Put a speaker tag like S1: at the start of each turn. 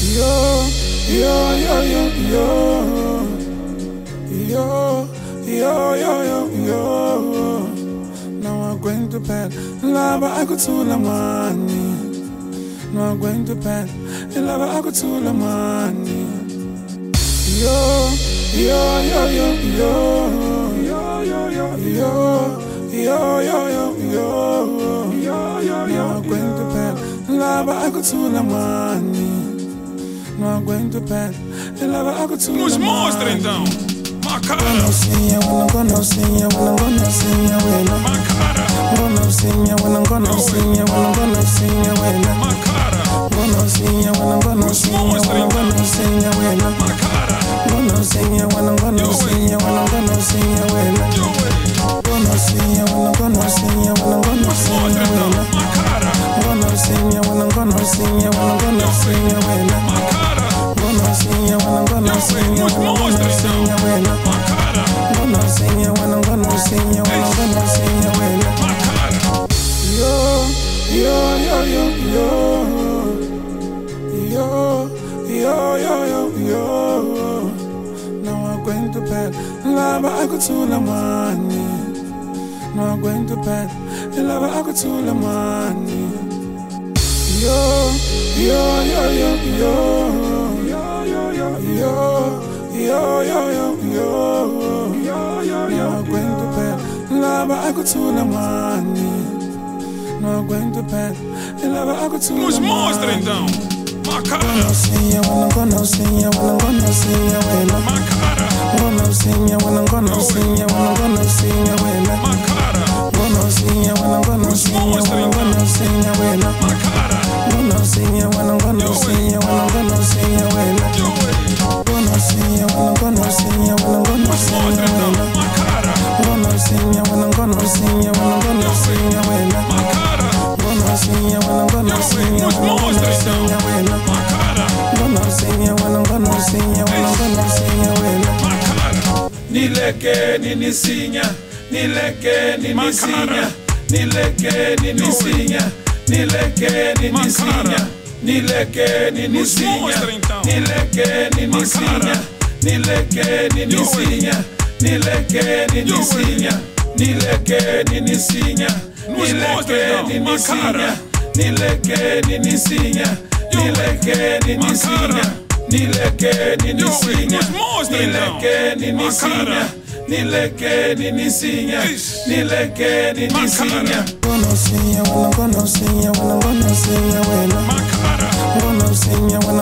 S1: Yo, yo, yo, yo, yo. Yo, yo, yo, yo, yo. Now I'm going to bed. Lava, I could too la money. Now I'm going to bed. Lava, I could too la money. Yo, yo, yo, yo, yo. Yo, yo, yo, yo. Yo, yo, yo, yo. Yo, yo, yo, yo. Now I'm going to bed. Lava, I could too la money. Now I'm going to bed. Lava, I could too
S2: Nos
S1: la
S2: mostra
S1: money.
S2: então!
S1: Gonna
S2: Macara!
S1: see ya when I'm gonna see ya when I'm gonna see ya when I'm
S2: Macara!
S1: gonna see ya when I'm gonna see ya when I'm gonna see ya when I'm
S2: Macara!
S1: gonna see ya when I'm gonna see ya when I'm gonna see ya when I'm
S2: Macara!
S1: gonna see ya when I'm gonna see ya when I'm gonna see ya when I'm
S2: Yo, ei!
S1: gonna see ya when I'm gonna see ya when I'm gonna see ya when I'm gonna see ya when I'm gonna see ya when I'm gonna see ya when I'm gonna see ya
S2: Nos mostra então! Macara! Macara!
S1: when I'm gonna see ya when I'm gonna see ya when I'm
S2: Macara!
S1: gonna see ya when I'm gonna see ya when I'm gonna see ya when I'm
S2: Macara!
S1: Yo, yo, yo, yo, yo. Yo, yo, yo, yo, yo. Now I'm going to bed. Lava, I could too la money. Now I'm going to bed. Lava, I could too la money. Yo, yo, yo, yo, yo. Yo, yo, yo, yo. Yo, yo, yo, yo. Yo, yo, yo. Now I'm going to bed. Lava, I could too la money. Now I'm going to bed. Lava, I could too
S2: Nos
S1: la
S2: mostra
S1: money.
S2: então! Macara!
S1: See ya when I'm gonna see ya when I'm gonna see ya when I'm
S2: Macara!
S1: gonna see ya when I'm gonna see ya when I'm gonna see ya when I'm
S2: Macara!
S1: gonna see ya when I'm gonna see ya when I'm gonna see ya when I'm
S2: Macara!
S1: gonna see ya when I'm gonna see ya when I'm gonna see ya when I'm
S2: Yo, ei!
S1: gonna see ya when I'm gonna see ya when I'm gonna see ya when I'm gonna see ya when
S2: Nos mostra então! Macara!
S1: I'm gonna see ya when I'm gonna see ya when I'm
S2: Macara!
S1: gonna see ya when I'm gonna
S2: Yo,
S1: see
S2: ei!
S1: ya
S2: Nos
S1: when I'm
S2: mostra
S1: gonna see ya
S2: então!
S1: when I'm
S2: Macara!
S1: gonna see ya when I'm gonna see ya when I'm gonna see ya when I'm
S3: nilekeni nisinya nilekeni nisinya nilekeni nisinya nilekeni nisinya nilekeni nisinya
S2: mostra, então.
S3: nilekeni nisinya nilekeni nisinya nilekeni
S2: eh. Yo, eh. ei.
S3: nisinya nilekeni nisinya
S2: Nos mostra, então.
S3: nilekeni
S2: Macara.
S3: nisinya nilekeni nisinya
S2: Yo,
S3: nilekeni
S2: eh. ei.
S3: nisinya
S2: Macara.
S3: nilekeni
S2: Yo, ei!
S3: nisinya
S2: Nos mostra então!
S3: nilekeni nisinya
S2: Macara!
S3: nilekeni nisinya
S2: Ish.
S3: nilekeni nisinya
S2: Macara!
S1: gonna see ya when I'm gonna see ya when I'm gonna see ya when I'm
S2: Macara!
S1: gonna see ya when I'm